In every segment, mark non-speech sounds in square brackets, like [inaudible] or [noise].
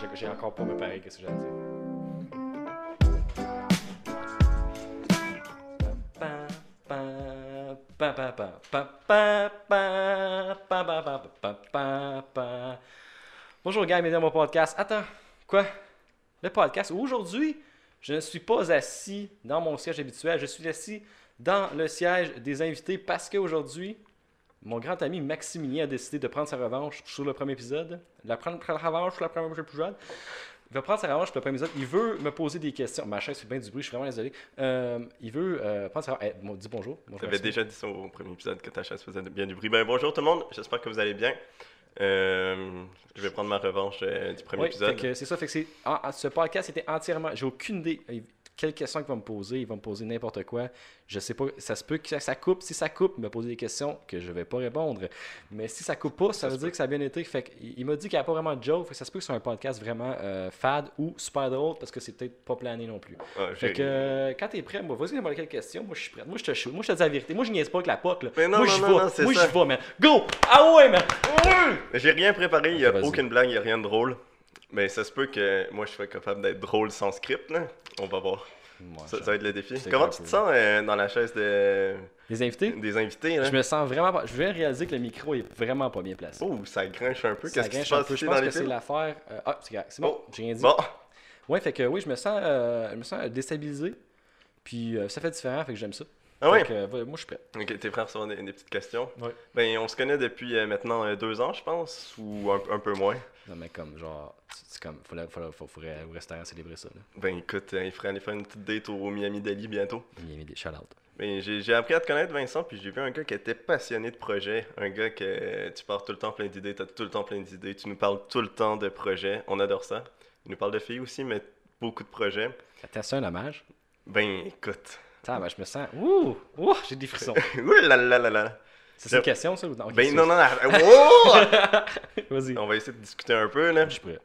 j'ai- j'ai encore pas préparé qu'est-ce que j'allais dire. Bonjour, gars, bienvenue à mon podcast. Attends, quoi Le podcast. Aujourd'hui, je ne suis pas assis dans mon siège habituel. Je suis assis dans le siège des invités parce qu'aujourd'hui, mon grand ami Maximilien a décidé de prendre sa revanche sur le premier épisode. La prendre prendre la revanche sur la première plus jeune. Il va prendre sa revanche sur le premier épisode. Il veut me poser des questions. Ma chaise fait bien du bruit, je suis vraiment désolé. Euh, il veut euh, prendre sa revanche. Eh, bon, dis bonjour. Bonjour, Tu avais Maxime. déjà dit ça au premier épisode que ta chaise faisait bien du bruit. Ben, bonjour tout le monde, j'espère que vous allez bien. Euh, je vais prendre ma revanche euh, du premier Oui, épisode. fait que c'est ça. Fait que c'est- ah, ah, ce podcast était entièrement. J'ai aucune idée. euh, Quelles questions qu'il va me poser Il va me poser n'importe quoi. Je sais pas. Ça se peut que ça, ça coupe. Si ça coupe, il me poser des questions que je vais pas répondre. Mais si ça coupe pas, ça, Ça veut se dire que ça a bien été. Fait que il il m'a dit qu'il n'y a pas vraiment de joke. Fait que ça se peut que ce soit un podcast vraiment euh, fade ou super drôle parce que c'est peut-être pas plané non plus. Ah, j'ai- Fait que euh, quand t'es prêt, moi, vas-y, moi, quelle question. Moi, je suis prêt. Moi, je te shoot. Moi, je te dis la vérité. Moi, je niaise pas avec la POC. Là. Mais non, moi, non, j'y non, vais. non, c'est moi, ça. j'y vais, man. Go Ah ouais, man Ouais! J'ai rien préparé, il n'y a Ok, vas-y. aucune blague, il n'y a rien de drôle. Mais ça se peut que moi je sois capable d'être drôle sans script. là. On va voir. Moi, Ça, je- ça va être le défi. Ah, C'est Comment grave, tu te oui. sens euh, dans la chaise de- Les invités des invités là? Je me sens vraiment pas. Je viens de réaliser que le micro est vraiment pas bien placé. Oh, ça grinche un peu. Ça Qu'est-ce qui grinche se un passe peu. ici Je dans pense que les c'est films? l'affaire. euh, ah, c'est correct. C'est bon, Oh. j'ai rien dit. Bon, Ouais, fait que oui, je me sens, euh, je me sens déstabilisé. Puis euh, ça fait différent, fait que j'aime ça. ah Fait ouais. que, euh, va- moi, je suis prêt. Ok, t'es prêt à recevoir des, des petites questions. Ouais. Ben, on se connaît depuis euh, maintenant euh, deux ans, je pense, ou un, un peu moins. Non, mais comme, genre, c'est c'est comme, faut, la- faut, la- faut, faut aller au restaurant célébrer ça. Là. Ben écoute, euh, il faudrait aller faire une petite date au Miami Dali bientôt. Il y a mis des shout-out. Ben, j'ai j'ai appris à te connaître, Vincent, puis j'ai vu un gars qui était passionné de projets. Un gars que euh, tu pars tout le temps plein d'idées, t'as tout le temps plein d'idées, tu nous parles tout le temps de projets. On adore ça. Il nous parle de filles aussi, mais beaucoup de projets. Attends, c'est un hommage. Ben écoute. [laughs] Attends, ben, je me sens. Ouh, ouh, j'ai des frissons. Ouh là là là là. C'est une question, ça ou non? Ok, Ben c'est- non, non, non. wow! [laughs] Vas-y. On va essayer de discuter un peu, là. Je suis prêt.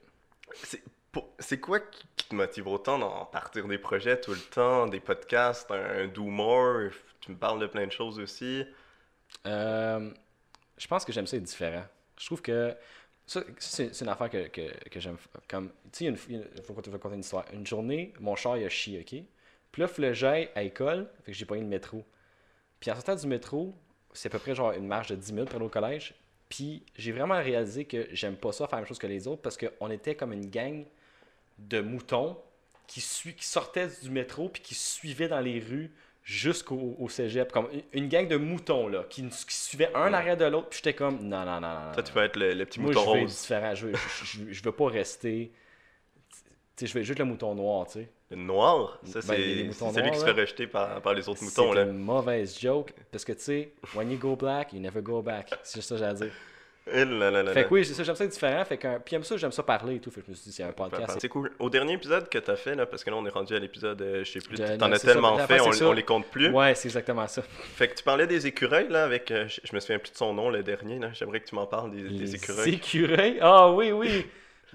C'est pour- C'est quoi qui qui te motive autant d'en partir des projets tout le temps, des podcasts, un, un do more? Tu me parles de plein de choses aussi. Euh, je pense que j'aime ça être différent. Je trouve que ça, ça, c'est c'est une affaire que, que, que j'aime. f- Comme, tu sais, il y a une f- il y a une- faut, faut raconter une histoire. Une journée, mon char, il a chié, OK? Puis là, faut que j'aille à l'école, fait que j'ai pogné le métro. Puis en sortant du métro, c'est à peu près genre une marche de 10 minutes pour aller au collège. Puis j'ai vraiment réalisé que j'aime pas ça faire la même chose que les autres parce qu'on était comme une gang de moutons qui, sui- qui sortaient du métro puis qui suivaient dans les rues jusqu'au au cégep. Comme une, une gang de moutons là, qui, nous- qui suivaient un Ouais. arrière de l'autre. Puis j'étais comme non, non, non, non. non, Toi, tu peux être le, le petit moi, mouton je veux être rose, différent. Je veux, je, je- je veux pas rester. Tu sais, je veux juste le mouton noir, tu sais. le noir. Ça, Ben, c'est les moutons c'est celui noirs, qui se là. fait rejeter par, par les autres C'est moutons, là. une mauvaise joke parce que tu sais, when you go black, you never go back. C'est juste ça que j'ai à dire. Eh là là là Fait là. que oui, c'est ça, j'aime ça être différent. Fait que, puis j'aime ça, j'aime ça parler et tout. Fait que je me suis dit, c'est un podcast. C'est cool. Au dernier épisode que t'as fait, là, parce que là, on est rendu à l'épisode, euh, je sais plus, De- t'en non, as c'est ça, tellement mais la fait, fin, on, c'est ça. on les compte plus. Ouais, c'est exactement ça. Fait que tu parlais des écureuils, là, avec, euh, je, je me souviens plus de son nom, le dernier, là. J'aimerais que tu m'en parles, des, des Les écureuils. écureuils? Ah oui, oui.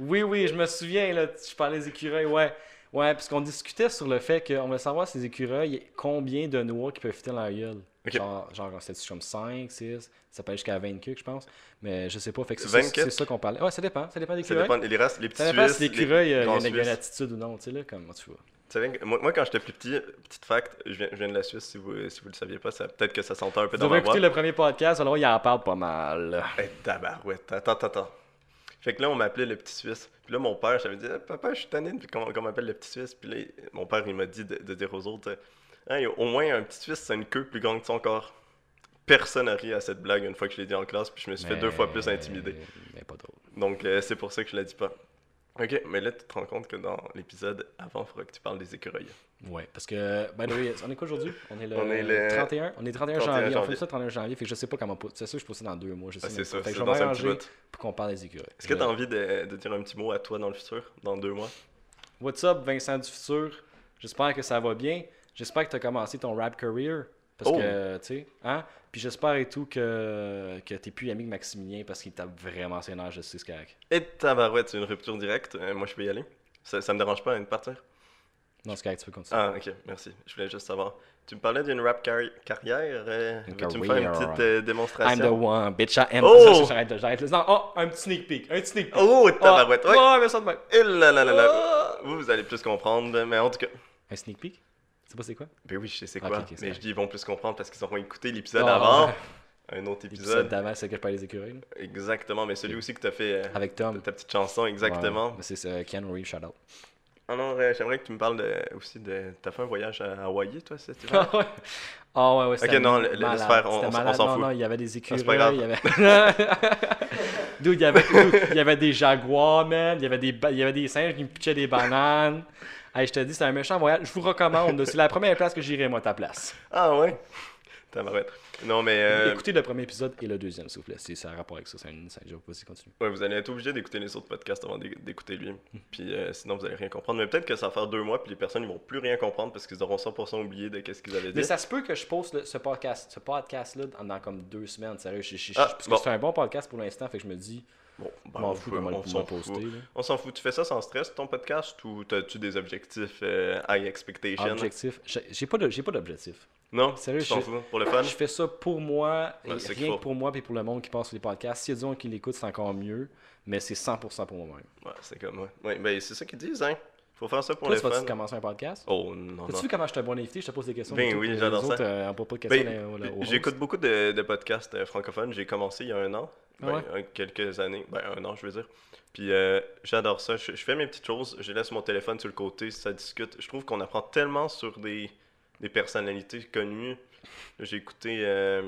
Oui, oui, je me souviens, là, je parlais des écureuils, ouais. Ouais, parce qu'on discutait sur le fait qu'on veut savoir ces écureuils, combien de noix qui peuvent fitter dans la gueule. Ok. Genre, genre c'était comme 5, 6, ça peut aller jusqu'à 20 cucs, je pense. Mais je sais pas, fait que c'est 20 ça- c'est ça qu'on parlait. Ouais, ça dépend, ça dépend des Ça écureuils. dépend, les races, les petits Ça dépend Suisses, si l'écureuil les euh, il y a grands une- il y a une Suisses. attitude ou non, tu sais, là, comment tu vois. Tu savais que- moi, moi, quand j'étais plus petit, petite fact, je viens, je viens de la Suisse, si vous, si vous le saviez pas, ça- peut-être que ça sentait un peu Vous dans devez ma voix. écouter le premier podcast, alors il en parle pas mal. Eh, tabarouette, attends, attends, attends. Fait que là, on m'appelait le petit Suisse. Puis là, mon père, j'avais dit, Eh, papa, je suis tanné de- qu'on qu'on m'appelle le petit Suisse. Puis là, il- mon père, il m'a dit de, de dire aux autres, Hey, au moins, un petit Suisse, c'est une queue plus grande que son corps. Personne n'a ri à cette blague une fois que je l'ai dit en classe, puis je me suis fait deux fois plus intimidé. Mais pas drôle. Donc, euh, c'est pour ça que je la dis pas. Ok, mais là, tu te rends compte que dans l'épisode avant, il faudra que tu parles des écureuils. Ah, Ouais, parce que, by the way, on est quoi aujourd'hui? On est le, On est le 31? On est 31 janvier. 31 On fait janvier. ça le 31 janvier, fait que je sais pas comment... po- C'est sûr que je pose ça dans deux mois, je sais. Ah, mais- c'est ça, fait que c'est je vais dans un petit m'arranger bout. pour qu'on parle des écureuils. Est-ce que Je- tu as envie de, de dire un petit mot à toi dans le futur, dans deux mois? What's up, Vincent du futur? J'espère que ça va bien. J'espère que tu as commencé ton rap career. Parce Oh! que, tu sais, hein? Puis j'espère et tout que, que t'es plus ami que Maximilien parce qu'il tape vraiment ses nerfs, je sais ce qu'il y a. Eh, Et tabarouette, c'est une rupture directe. Euh, moi, je peux y aller. Ça, ça me dérange pas hein, de partir. Non, c'est correct, tu peux continuer. Ah, ok, merci. Je voulais juste savoir. Tu me parlais d'une rap carri- carrière. euh, Une Veux-tu me faire une carrière. petite euh, I'm the démonstration? one, bitch, I am. Oh! Ça, ça, J'arrête, j'arrête. Non, oh, un petit sneak peek, un petit sneak peek. Oh, tabarouette, ouais. ouais. Ouais, mais ça de même. Eh là là là là. Ah. Vous, vous allez plus comprendre, mais en tout cas. Un sneak peek? Tu sais pas c'est quoi? Ben oui, je sais c'est Ok, quoi. ok, c'est mais je correct. dis, ils vont plus comprendre parce qu'ils auront écouté l'épisode Ah, avant. [laughs] ouais. Un autre L'épisode épisode. d'avant, c'est que je parlais des écureuils. là. Exactement, mais celui aussi que t'as fait. euh, Avec Tom. Ta petite chanson, exactement. Ouais, mais c'est ça, Keanu Reeves, shout out. Alors, euh, j'aimerais que tu me parles de- aussi de. T'as fait un voyage à Hawaï, toi, cet hiver? Ah ouais. Ah ouais, ouais, c'était Ok, non, le- le- malade. laisse faire, on- C'était on s- on malade. s'en non, fout. Ah, Non, il y avait des écureuils, c'est pas grave. il y avait... [laughs] Dude, il y avait, dude, il y avait des jaguars, man, il y avait des, ba- il y avait des singes qui me pitchaient des bananes. Hey, je te dis, c'est un méchant voyage. Je vous recommande, là, c'est la première place que j'irai, moi, à ta place. ah ouais? Tabarouette. Non, mais. euh, Écoutez le premier épisode et le deuxième, s'il vous plaît. C'est ça a rapport avec ça, c'est un, c'est un joke. Vas-y, continue. Ouais, vous allez être obligé d'écouter les autres podcasts avant d'é- [laughs] d'écouter lui. Puis euh, sinon, vous allez rien comprendre. Mais peut-être que ça va faire deux mois, puis les personnes ils vont plus rien comprendre parce qu'ils auront 100% oublié de qu'est-ce qu'ils avaient dit. Mais ça se peut que je poste le- ce podcast, ce podcast-là dans, dans comme deux semaines, sérieux. Je, je- je- Ah, parce bon. que c'est un bon podcast pour l'instant, fait que je me dis, Bon, je ben, m'en on fous peut- de on moi le s'en poster. fout. là. On s'en fout. Tu fais ça sans stress, ton podcast, ou t'as-tu des objectifs euh, high expectation? Objectif. J'ai j'ai pas de- j'ai pas d'objectif. Non? Sérieux, tu t'en je- fous? Pour le fun? Je fais ça pour moi, et Ouais, Ben, c'est qu'il rien faut. que pour moi et pour le monde qui pense sur les podcasts. S'il y a du monde qui l'écoute, c'est encore mieux, mais c'est 100% pour moi-même. Ouais, c'est comme moi. Ouais, ben c'est ça qu'ils disent, hein. Faut faire ça pour Toi, le tu vas-tu fun. commencer un podcast? Oh non, non. As-tu vu comment je suis un bon invité? Je te pose des questions. Ben et tout, oui, puis j'adore les ça. autres, euh, on pose pas de questions. Ben, dans- au- au- au- J'écoute beaucoup de, de podcasts euh, francophones. J'ai commencé il y a un an, Ah ben, ouais? un- quelques années, ben, un an, je veux dire. Puis euh, j'adore ça. Je, je fais mes petites choses, je laisse mon téléphone sur le côté, ça discute. Je trouve qu'on apprend tellement sur des, des personnalités connues. Là, J'ai écouté, euh,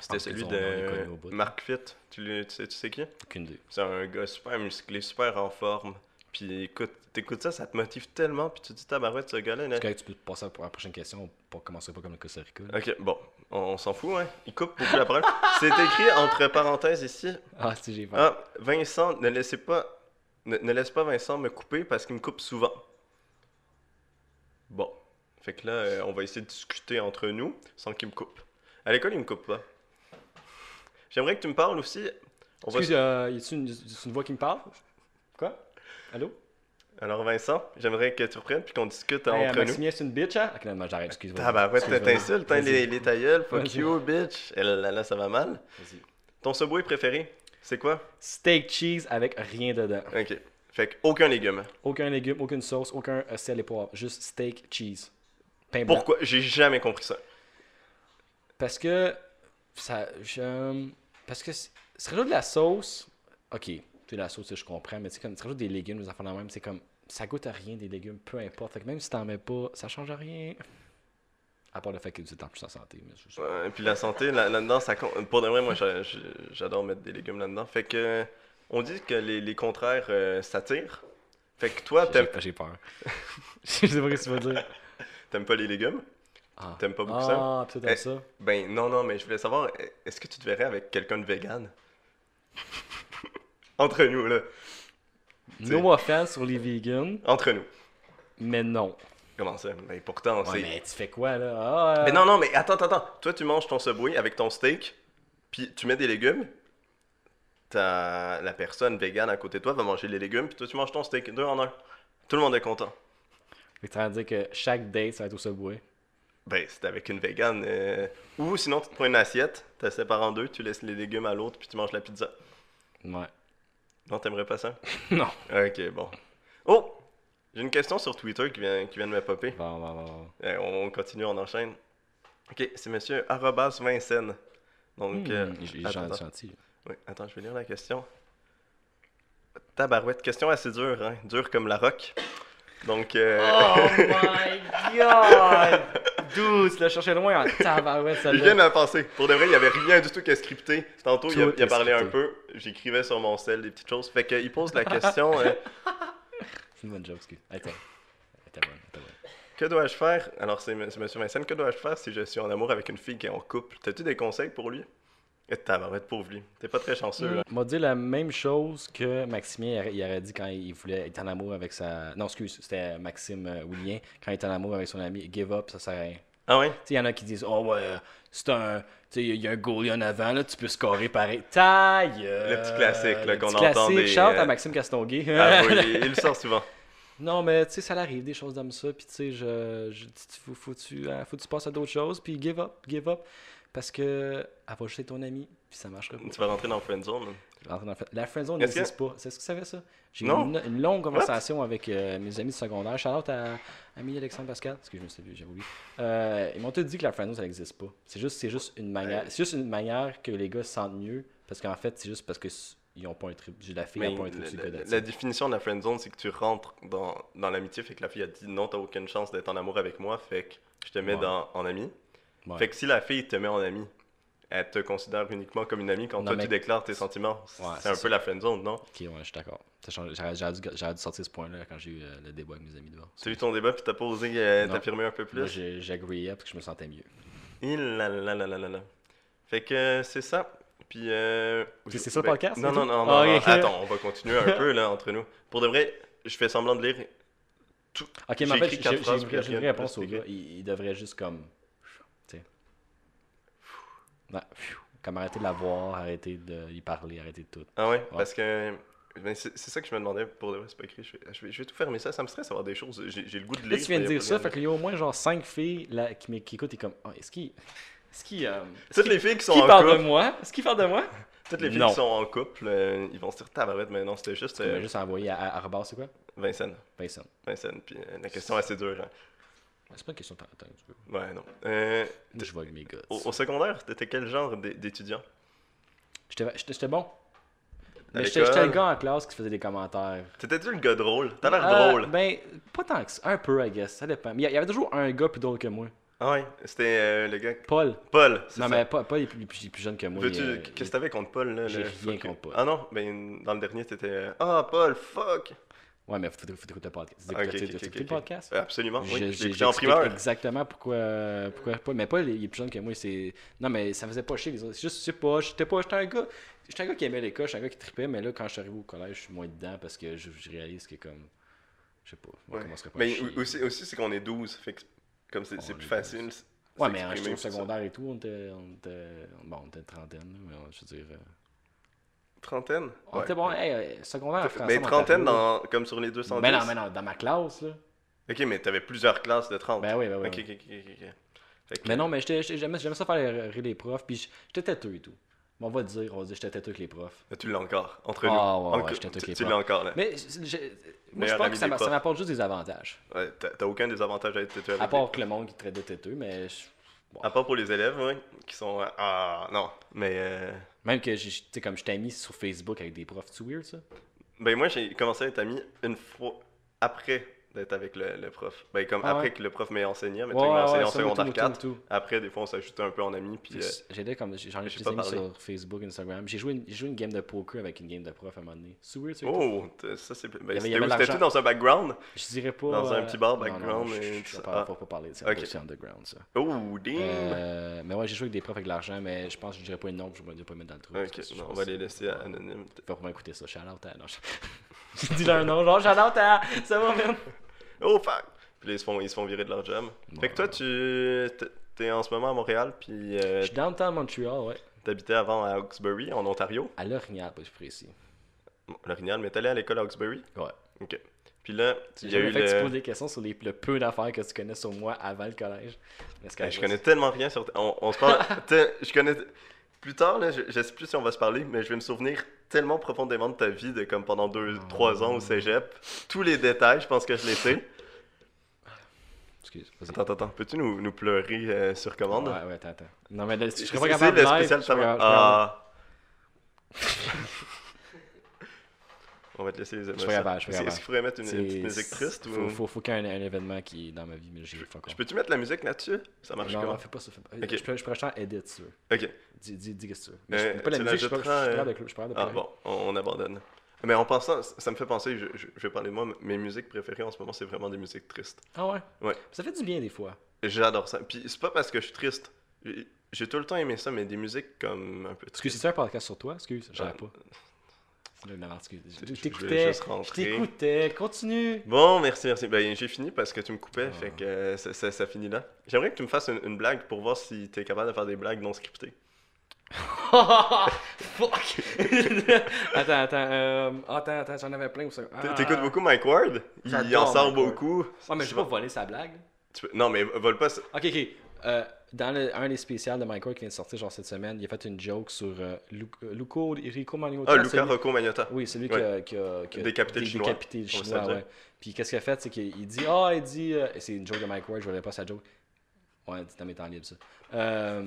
c'était Ah, celui ils ont- on est de connus au bout. hein. Marc Fitt. Tu, le- tu sais, tu sais qui Aucune idée. C'est un gars super musclé, super en forme. Puis écoute, t'écoutes ça, ça te motive tellement. Puis tu te dis, tabarouette, ce gars-là, là, Est-ce que tu peux passer à la prochaine question? On ne commencera pas comme le Costa Rica. là. Ok, bon, on, on s'en fout, hein. Il coupe beaucoup la parole. C'est écrit entre parenthèses ici. Ah, si j'ai peur. Ah, Vincent, ne laissez pas. Ne, ne laisse pas Vincent me couper parce qu'il me coupe souvent. Bon. Fait que là, euh, on va essayer de discuter entre nous sans qu'il me coupe. À l'école, il me coupe pas. J'aimerais que tu me parles aussi. On va- Excuse, euh, y a-tu une, y a-tu une voix qui me parle? Quoi? Allô? Alors, Vincent, j'aimerais que tu reprennes puis qu'on discute Hey, entre nous. Maximien, c'est une bitch, hein? Ok, non, non, j'arrête, excuse-moi. Ah bah ouais, Excuse-moi. t'insultes, hein, Vas-y, les, les ta gueule, fuck Vas-y. you, bitch. Eh là, là, là, ça va mal. vas-y. Ton subway préféré, c'est quoi? Steak cheese avec rien dedans. Ok. Fait que aucun légume. Aucun légume, aucune sauce, aucun euh, sel et poivre. Juste steak, cheese. Pain blanc. Pourquoi J'ai jamais compris ça. Parce que. Ça. je- parce que. c'est- Si tu rajoutes de la sauce. Ok, tu sais, la sauce, je comprends. Mais tu sais, comme tu rajoutes des légumes, les enfants, la même, c'est comme. Ça goûte à rien des légumes, peu importe. Fait que même si t'en mets pas, ça change à rien. À part le fait que c'est en plus en santé. Mais c'est ça. Ouais, et Euh, puis la santé, là- là-dedans, ça compte. Pour de vrai, moi, j'a- j'a- j'adore mettre des légumes là-dedans. Fait que. On dit que les, les contraires euh, s'attirent. Fait que toi, J'ai- t'aimes J'ai peur. [laughs] je sais pas ce que tu vas dire. t'aimes pas les légumes Ah. T'aimes pas beaucoup ça Ah, puis toi, t'aimes Eh. ça. Ben non, non, mais je voulais savoir, est-ce que tu te verrais avec quelqu'un de vegan [laughs] Entre nous, là. sais. No offense sur les vegans, Entre nous. mais non. Comment ça Ben pourtant, Ouais, c'est. mais tu fais quoi là? Ah, euh, Mais non, non, mais attends, attends, attends. Toi, tu manges ton Subway avec ton steak, puis tu mets des légumes. T'as la personne végane à côté de toi va manger les légumes, puis toi, tu manges ton steak. Deux en un. Tout le monde est content. Fait que t'es en train de dire que chaque date, ça va être au Subway. Ben, c'est avec une végane. euh, Ou sinon, tu te prends une assiette, tu la sépares en deux, tu laisses les légumes à l'autre, puis tu manges la pizza. Ouais. Non, t'aimerais pas ça? [laughs] non. Ok, bon. Oh! J'ai une question sur Twitter qui vient, qui vient de me popper. Bon, bon, bon, bon. Euh, on continue, on enchaîne. Ok, c'est monsieur arrobas Vincennes. Donc, euh, Hmm, il- il est attends, attends. gentil. là. Oui, attends, je vais lire la question. Tabarouette, question assez dure, hein? Dure comme la roque. Donc, euh, Oh my god! [laughs] Dude, tu l'as cherché loin en tabarouette, je viens celle-là. de la penser. Pour de vrai, il n'y avait rien du tout qui est scripté. Tantôt, il a, Tout il a est parlé un scripté. peu. J'écrivais sur mon sel des petites choses. Fait qu'il pose la question [laughs] euh, C'est une bonne joke, excuse. Attends. Attends, bonne, attends, bonne. Que dois-je faire Alors, c'est M. Monsieur Vincent, que dois-je faire si je suis en amour avec une fille qui est en couple T'as-tu des conseils pour lui Eh, Tabarouette, pauvre lui. T'es pas très chanceux, hein. là. Il m'a dit la même chose que Maximien il aurait dit quand il voulait être en amour avec sa. Non, excuse, c'était Maxime euh, Oulien. Quand il était en amour avec son ami, give up, ça sert à rien. Ah ouais Tu sais, il y en a qui disent, oh ouais, euh, c'est un. Tu sais, il y a un goalie en avant, là, tu peux scorer pareil. Taille! Le petit classique, là, qu'on entend classique. des, Shout euh, [laughs] à Maxime Castonguay. Ah oui, il le sort souvent. [laughs] Non, mais tu sais, ça arrive, des choses comme ça. Puis tu sais, je, je, tu- faut, faut, tu, hein, faut que tu passes à d'autres choses. Puis give up, give up. Parce que elle va jeter ton ami, puis ça marchera pas. Tu vas rentrer dans friendzone. là. En train d'en faire- La friendzone Est-ce que- n'existe pas. C'est ce que tu savais, ça? J'ai eu Non. une, une longue conversation avec euh, mes amis du secondaire. Shout-out à Amélie Alexandre Pascal. Parce que je me suis vu, j'avais oublié. Euh, ils m'ont tous dit que la friendzone, ça n'existe pas. C'est juste, c'est juste une manière. Ouais. C'est juste une manière que les gars se sentent mieux. Parce qu'en fait, c'est juste parce que s- ils ont pas un trip. La fille Mais n'a pas un trip la- sur le la, gars la là-dessus. définition de la friendzone, c'est que tu rentres dans, dans l'amitié, fait que la fille a dit non, t'as aucune chance d'être en amour avec moi, fait que je te mets Ouais. dans, en ami. Ouais. Fait que si la fille te met en ami, elle te considère uniquement comme une amie quand Non, toi mais- tu déclares tes sentiments. c'est Ouais, un c'est peu ça. la friendzone, non Ok, ouais, je suis d'accord. Ça change- J'aurais j'aurais dû, j'aurais dû sortir ce point-là quand j'ai eu euh, le débat avec mes amis devant. T'as eu ton débat puis t'as pas osé euh, Non. t'affirmer un peu Là, plus. j'ai- j'agreeais parce que je me sentais mieux. Il la la la la la la. Fait que euh, c'est ça. Puis euh, C'est- je- c'est ça le ben, podcast, Non c'est non tout? non, Ah, non, ok. non, Attends, on va [laughs] continuer un peu là entre nous. Pour de vrai, je fais semblant de lire. Ok, J'ai mais en fait, écrit j'ai quatre j'ai- phrases, j'ai puis une rien vraie de réponse au plus, gars. Il, il devrait juste comme. Tu sais. Ouais, pfiou. Comme arrêter de la voir, arrêter de y parler, arrêter de tout. Ah ouais, parce que ben, c'est c'est ça que je me demandais pour de vrai, c'est pas écrit. Je vais, je vais- je vais tout fermer ça, ça me stresse d'avoir des choses. J'ai j'ai le goût de Là, lire. tu viens de mais y a dire pas ça, de- fait qu'il y a au moins genre 5 filles là, qui, m'é- qui écoutent et comme. Ah, est-ce qu'il. Est-ce qu'il. euh, est-ce Toutes qu'il- les filles qui est-ce sont qu'il en parle de couple, moi Est-ce qu'il parle de moi toutes les filles Non. qui sont en couple, euh, ils vont se dire tabarouette, mais non, c'était juste Tu m'as euh, juste envoyé à, à, à rebarre, c'est quoi Vincent. Vincent. Vincent, puis euh, la question est assez dure. hein. C'est pas une question de temps en temps, tu veux. Ouais, non. Euh, Moi, je vois avec mes gars. au, au secondaire, t'étais quel genre d'é- d'étudiant J'étais j'étais- j'étais bon. Mais À j'étais j'étais le l'école? gars en classe qui faisait des commentaires. T'étais-tu le gars drôle T'as l'air Ah, drôle. Ben, pas tant que ça. Un peu, I guess. Ça dépend. Mais il y- y avait toujours un gars plus drôle que moi. Ah ouais, c'était euh, le gars. Paul. Paul, c'est Non, ça. mais pas, Paul, il est plus, il est plus jeune que moi. Veux-tu- il est- Qu'est-ce que t'avais contre Paul là J'ai le- rien fuck you. contre Paul. Ah non, ben dans le dernier, t'étais. euh, Ah, Paul, fuck Ouais, mais faut, faut, faut écouter le podcast. Ah, ok, T'as- ok, t'as- t'as ok, écouté ok. le podcast? Euh, Absolument, oui. Je- Je, j'ai- l'ai écouté en j'explique primeur. Exactement pourquoi, pourquoi Paul. Mais Paul, il est plus jeune que moi. C'est... Non, mais ça faisait pas chier les autres. C'est juste, je sais pas, j'étais pas. J'étais un gars. J'étais un gars qui aimait l'école, j'étais un gars qui tripait, mais là, quand je suis arrivé au collège, je suis moins dedans parce que je, je réalise que comme. Je sais pas, on Ouais. commencerait pas à Mais chier. au- aussi, aussi c'est qu'on est 12, fait que comme c'est On c'est est plus 12. facile. Ouais, mais en s'exprimer, au tout ça. secondaire et tout, on était, on était- bon, on était une trentaine, là, mais on- je veux dire. euh, Trentaine On Ouais. était bon, hey, euh, secondaire en français. Mais on était trentaine, heureux. dans, comme sur les 210. Mais Ben non, mais non, dans ma classe, là. Ok, mais t'avais plusieurs classes de 30. Ben oui, ben oui. Ok, oui. ok, ok, ok, ok. Fait que- Mais non, mais j'étais- j'étais- j'aimais j'aimais ça faire rire- rire les profs, puis j'étais têteux et tout. Mais on va le dire, on va dire j'étais têteux avec les profs. Mais Tu l'as encore, entre Ah, nous. ouais, ouais, Encore- je t'ai tu toqué tu pas. l'as encore, là. Mais je- je- moi, je Meilleur pense ami que ça des m'a- ça profs. m'apporte juste des avantages. Ouais, t'as- T'as aucun désavantage à être têtu avec À les- part que le monde qui traite de têteux, mais je- À part pour les élèves, oui, qui sont. euh, Ah, non. Mais. euh, même que j'ai- tu sais, comme j'étais ami sur Facebook avec des profs, c'est weird ça. Ben, moi, j'ai commencé à être ami une fois après d'être avec le, le prof. Ben, comme Ah après ouais? que le prof m'ait enseigné, mais Ouais, ouais, enseigné en ça, moi, tout, secondaire moi, tout, 4. moi, tout. Après, des fois, on s'ajoutait un peu en amis, puis. Puis euh, J'étais comme. J'en ai j'ai des pas amis parlé. sur Facebook, Instagram. J'ai joué, une- j'ai joué une game de poker avec une game de prof à un moment donné. C'est weird ça. Oh, t- ça c'est. y avait- il y avait Ben, c'était où? de C'était tout l'argent. dans un background. Je dirais pas. Dans euh, un petit bar non, non, background je- et je- tout je- ça. Faut pas Ah. faut pas parler de ça. Ok. C'est underground ça. Oh, damn! Euh, mais ouais, j'ai joué avec des profs avec de l'argent, mais je pense que je dirais pas une nombre, je vais pas mettre dans le trou. ok, non, on va les laisser à. anonymes. Faut vraiment écouter ça. Shout out à. Non, je... [laughs] je dis leur nom, genre shout out à. Ça va, [laughs] man. Oh, fuck! Puis là, ils se font, ils se font virer de leur job. Fait Ouais. que toi, tu. t'es- T'es en ce moment à Montréal, puis euh, Je suis downtown Montreal, ouais. t'habitais avant à Hawkesbury, en Ontario. À l'orignal, pas plus précis. Bon, L'orignal, mais t'allais à l'école à Hawkesbury. Ouais. Ok. Puis là, il y a J'ai eu fait que tu le. poses des questions sur les, le peu d'affaires que tu connais sur moi avant le collège. Mais c'est Hey, correct, Eh, je vas-y. connais tellement rien sur. On, on [laughs] se parle. Te- je connais. Plus tard, là, je, je sais plus si on va se parler, mais je vais me souvenir tellement profondément de ta vie, de comme pendant deux, Ah. trois ans au cégep. Tous les détails, je pense que je les sais. Excuse, vas-y. Attends, attends, attends. Peux-tu nous, nous pleurer euh, sur commande Ouais, ouais, attends, attends. Non, mais là, je C'est serais pas c'est capable le de live, spécial je serais pas tabac. capable- Ah. [laughs] On va te laisser les émotions. pas capable, je suis pas Est-ce- capable. Est-ce qu'il faudrait mettre une, une C'est- petite musique triste Faut, ou... faut, faut qu'il y ait un, un événement qui est dans ma vie, mais j'ai fuck Je off. peux-tu mettre la musique là-dessus Ça marche Non, comment non, fais pas ça. Fais pas. Ok. Je peux je pourrais chanter edit, si tu veux. Ok. Dis, dis, dis qu'est-ce que tu veux. Mais je Euh, fais pas la tu musique, je suis pas je suis l'ajouteras, pas euh, capable de clou- je suis pas capable de Ah pleurer. bon, on, on abandonne. Mais en pensant, ça ça me fait penser, je, je- je vais parler de moi, mais mes musiques préférées en ce moment, c'est vraiment des musiques tristes. Ah ouais? Ouais. Ça fait du bien des fois. J'adore ça. Puis c'est pas parce que je suis triste. J'ai- J'ai tout le temps aimé ça, mais des musiques comme un peu Excuse, tristes. c'est un podcast sur toi? Excuse, j'arrive Ah. pas. Là, non, excuse. Je- Je je- je vais t'écoutais. juste Je rentrer. t'écoutais. [laughs] Continue. Bon, merci, merci. Ben, j'ai fini parce que tu me coupais, Ah. fait que euh, ça, ça- ça finit là. J'aimerais que tu me fasses une, une blague pour voir si t'es capable de faire des blagues non scriptées. [laughs] Fuck! attends, attends, euh, attends, attends, j'en avais plein. ou ça- T- Ah. T'écoutes beaucoup Mike Ward Il en J'adore sort Mike Ward. beaucoup. Ouais, mais Tu je vais vas- pas voler sa blague. là. tu peux- Non, mais vole pas. ça. Ok, ok. Euh, dans le- un des spéciales de Minecraft qui vient de sortir genre cette semaine, il a fait une joke sur euh, Lu- euh, Luco Rico Maniota. Ah, Luca celui- Rocco Magnota. Oui, celui Ouais. qui a, qui a- qui a Décapité le dé- Chinois, décapité le on va se Chinois, le dire. ouais. Puis qu'est-ce qu'il a fait, c'est qu'il dit Ah, il dit. euh, et c'est une joke de Mike Ward, je voulais pas sa joke. Ouais, c'est dans mes temps libres, ça. Euh,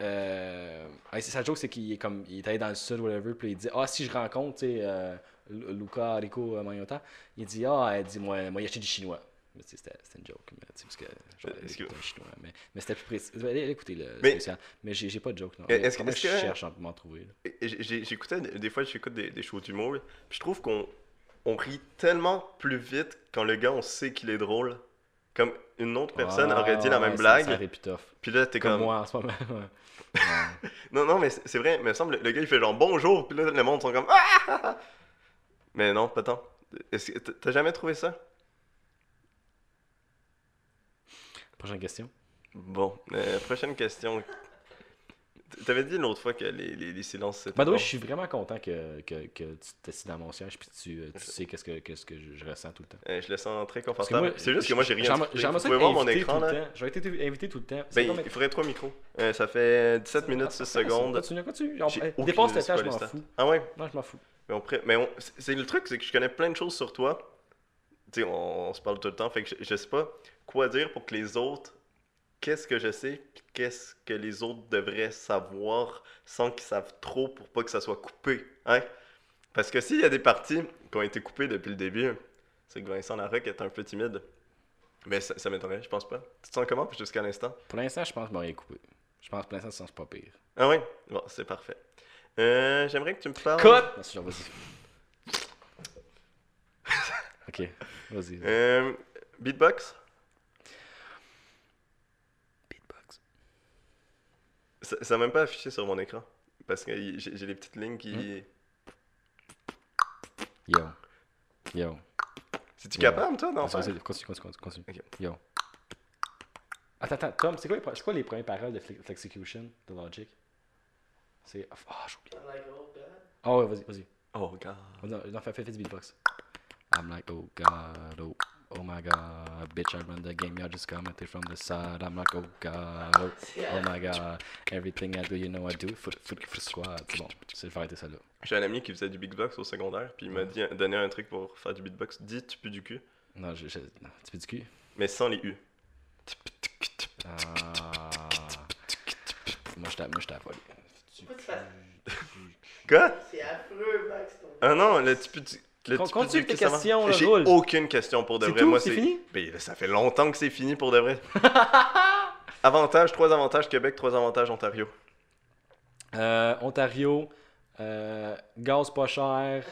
euh, ouais, c'est sa joke, c'est qu'il est comme. Il est allé dans le sud, whatever, puis il dit Ah, si je rencontre, tu sais, euh, Lu- Luca Rico euh, Magnotta, il dit Ah, elle dit Moi, moi, il acheté du chinois. Mais tu sais, c'était c'était une joke, mais tu sais, parce que. Genre, Euh, elle est-ce que- écoute un chinois. Mais, mais c'était plus précis. Allez, écoutez le Mais- spécial. Mais j'ai j'ai pas de joke, non. Est-ce que- Comment est-ce je que- cherche à m'en trouver, là? Et j'ai- J'écoutais, des fois, j'écoute des, des shows d'humour, là, puis je trouve qu'on on rit tellement plus vite quand le gars, on sait qu'il est drôle. Comme une autre personne Ah, aurait dit la ouais, même ça- blague, Ça arrive plus tough. puis là, t'es Comme, comme... moi en ce moment. [laughs] ouais. Ouais. Non, non, mais c'est c'est vrai, me semble, le gars, il fait genre « bonjour », puis là, le monde sont comme « ah! ah, ah. » [laughs] Mais non, pas tant. Est-ce que t- T'as jamais trouvé ça? Prochaine question. Bon, euh, prochaine question. T- T'avais dit l'autre fois que les, les, les silences, c'était By the way, bon. je suis vraiment content que, que, que tu t'assises dans mon siège puis tu, euh, tu sais qu'est-ce que, qu'est-ce que je, je ressens tout le temps. Euh, Je le sens très Parce que confortable. C'est juste que moi, j'ai rien j'aimerais- écouté. J'aimerais Vous ça pouvez être voir mon invité écran, tout le là? temps. J'aurais été invité tout le temps. C'est Ben, comme- il faudrait trois micros. Euh, ça fait 17 minutes, 6 Ah, secondes. Continue, continue. Genre, J'ai eh, aucune Dépasse idée le c'est temps, quoi je les m'en stats. fous. Ah ouais, Non, je m'en fous. mais on pré- mais on- c'est- c'est le truc, c'est que je connais plein de choses sur toi. Tu sais, on, on se parle tout le temps, fait que je, je sais pas quoi dire pour que les autres, qu'est-ce que je sais, puis qu'est-ce que les autres devraient savoir sans qu'ils savent trop pour pas que ça soit coupé, hein? Parce que s'il y a des parties qui ont été coupées depuis le début, c'est que Vincent Larocque est un peu timide. Mais ça, ça m'étonnerait, je pense pas. Tu te sens comment jusqu'à l'instant? Pour l'instant, je pense que je m'aurais coupé. Je pense que pour l'instant, ça sent pas pire. Ah oui? Bon, c'est parfait. Euh, j'aimerais que tu me parles... Merci, genre, [laughs] vas-y. Ok, vas-y. Euh, beatbox? Beatbox. Ça ça a même pas affiché sur mon écran. Parce que y- j'ai j'ai les petites lignes qui. Hmm. Yo. Yo. C'est-tu Ouais. capable, toi, non? Vas-y, vas-y, Continue, continue, continue. continue. Ok. Yo. Attends, attends, Tom, c'est quoi, les pre- c'est quoi les premières paroles de Fle- Flexicution, de Logic C'est. Ah, j'ai oublié. Ah ouais, vas-y, vas-y. Oh, god. Vas-y, Non, fais, fais, fais du beatbox. I'm like, oh god, oh, oh my god, bitch, I run the game, y'all just commented from the side. I'm like, oh god, oh, oh my god, everything I do, you know I do it for, for, for the squad. C'est bon, c'est- je vais arrêter ça là. J'ai un ami qui faisait du beatbox au secondaire, puis il Hmm. m'a dit, donné un truc pour faire du beatbox. Dis, tu pues du cul, Non, je, je, non, tu peux du cul mais sans les U. Ah. Moi, je tape, moi, je tape, allez. Tu- Quoi? C'est affreux, Max. ton- Ah non, le tu pues du. Le Con- tu pues continue du tes cul, ça marche. questions, là, J'ai roule. aucune question pour de C'est vrai. tout? Moi, C'est fini? Ben, là, ça fait longtemps que c'est fini pour [laughs] de vrai. avantages, trois avantages Québec, trois avantages Ontario. Euh, Ontario, euh, gaz pas cher,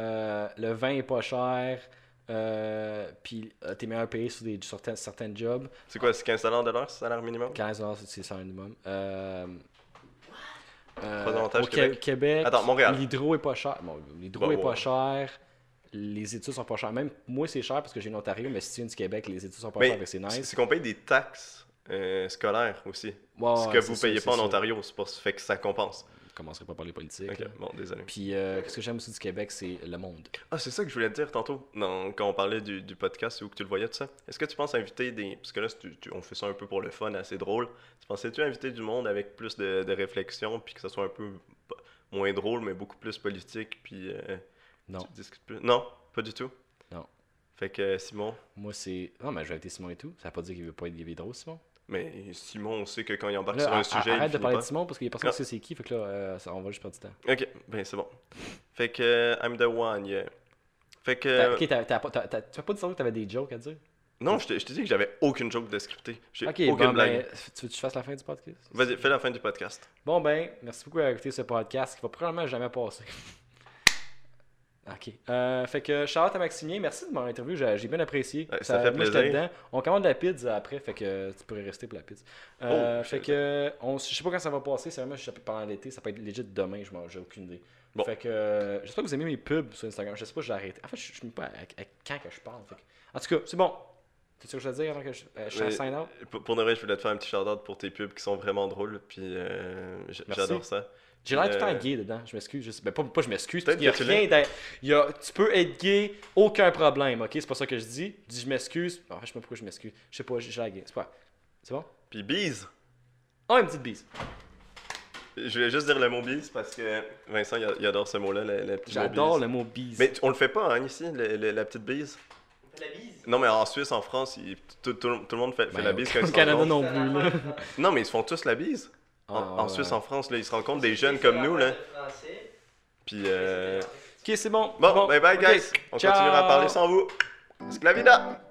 euh, le vin est pas cher, euh, puis euh, t'es meilleur payé sur, des, sur certains, certains jobs. C'est quoi, c'est 15 de l'heure, c'est salaire minimum? 15 c'est- c'est ça minimum. Euh, euh, Trois avantages au Qué- Québec. Attends, Montréal. L'hydro est pas cher. Bon, l'hydro Bon, est ouais. pas cher. Les études sont pas chères. Même moi, c'est cher parce que j'ai une Ontario, mais si tu viens du Québec, les études sont pas Mais chères, fait que c'est c'est- nice. c'est qu'on paye des taxes euh, scolaires aussi. Ouais, Ce Ah, ouais, que c'est vous sûr, payez c'est pas en sûr. Ontario, c'est pour ça fait que ça compense. Je commencerai pas par les politiques. Ok, là. bon, désolé. Puis, euh, qu'est-ce que j'aime aussi du Québec, c'est le monde. Ah, c'est ça que je voulais te dire tantôt, non, quand on parlait du, du podcast, ou que tu le voyais, tout ça. Est-ce que tu penses inviter des. Parce que là, c'est- tu- tu- on fait ça un peu pour le fun, assez drôle. Tu pensais-tu inviter du monde avec plus de, de réflexion, puis que ça soit un peu p- moins drôle, mais beaucoup plus politique, puis. euh, Non. tu discutes plus Non, pas du tout. Non. Fait que euh, Simon. Moi, c'est. Non, mais je vais inviter Simon et tout. Ça veut pas dire qu'il veut pas être il est drôle, Simon. Mais Simon, on sait que quand il embarque Là, sur a- Ah, un a- sujet, il arrête de finit parler pas. de Simon parce qu'il y a personne Ah. qui sait c'est qui. Fait que là, euh, ça, on va juste perdre du temps. Ok, ben c'est bon. Fait que euh, I'm the one, yeah. Fait que. T'as- euh, Ben, Ok, t'as- t'as pas- t'as- t'as- tu m'as pas dit que t'avais des jokes à dire Non, je te, je te dis que j'avais aucune joke de scripté. J'ai Ok, aucune bon, blague. ben, f- tu veux que je fasse la fin du podcast Vas-y, fais la fin du podcast. Bon, ben, merci beaucoup d'avoir écouté ce podcast qui va probablement jamais passer. [laughs] Ok. Euh, fait que Charlotte à Maximien, merci de mon interview, j'ai j'ai bien apprécié. Ouais, ça fait moi, j'étais plaisir. dedans. On commande la pizza après, fait que tu pourrais rester pour la pizza. Euh, Oh, fait que on, je sais pas quand ça va passer, c'est vraiment juste pendant l'été, ça peut être legit demain, je m'en- j'ai aucune idée. Bon. Fait que euh, j'espère que vous aimez mes pubs sur Instagram, je sais pas, j'ai arrêté. En fait, je je sais même pas à, à quand que je parle. fait que- En tout cas, c'est bon. T'as-tu quelque chose à dire avant que je, euh, je fasse Oui. sign out? Pour, pour de vrai, je voulais te faire un petit shout-out pour tes pubs qui sont vraiment drôles, puis euh, j- Merci. j'adore ça. J'ai l'air tout le temps Euh, gay dedans, je m'excuse. je sais- Ben, pas, pas je m'excuse, parce Peut-être qu'il y a que tu rien d'être- il y a- Tu peux être gay, aucun problème, ok? C'est pas ça que je dis. Je dis je m'excuse. Non, je sais pas pourquoi je m'excuse. Je sais pas, j'ai j'ai l'air gay. C'est pas grave. C'est bon? Puis bise! Oh, une petite bise. Je voulais juste dire le mot bise parce que Vincent, il a- il adore ce mot-là, le, le petit mot J'adore bise. le mot bise. Mais tu- on le fait pas, hein, ici, le- le- la petite bise? La bise. Non, mais en Suisse, en France, il- tout, tout- tout le monde fait, fait Ben, la bise au- [laughs] quand ils au se Canada, rencontrent. non plus, là. Non, mais ils se font tous la bise. En, Ah, en ouais, Suisse, ouais. en France, là, ils se rencontrent des jeunes comme nous, là. Puis, euh... Ok, c'est bon. Bon, c'est bon. bye bye, Ok, guys. On ciao. continuera à parler sans vous. Esclavida!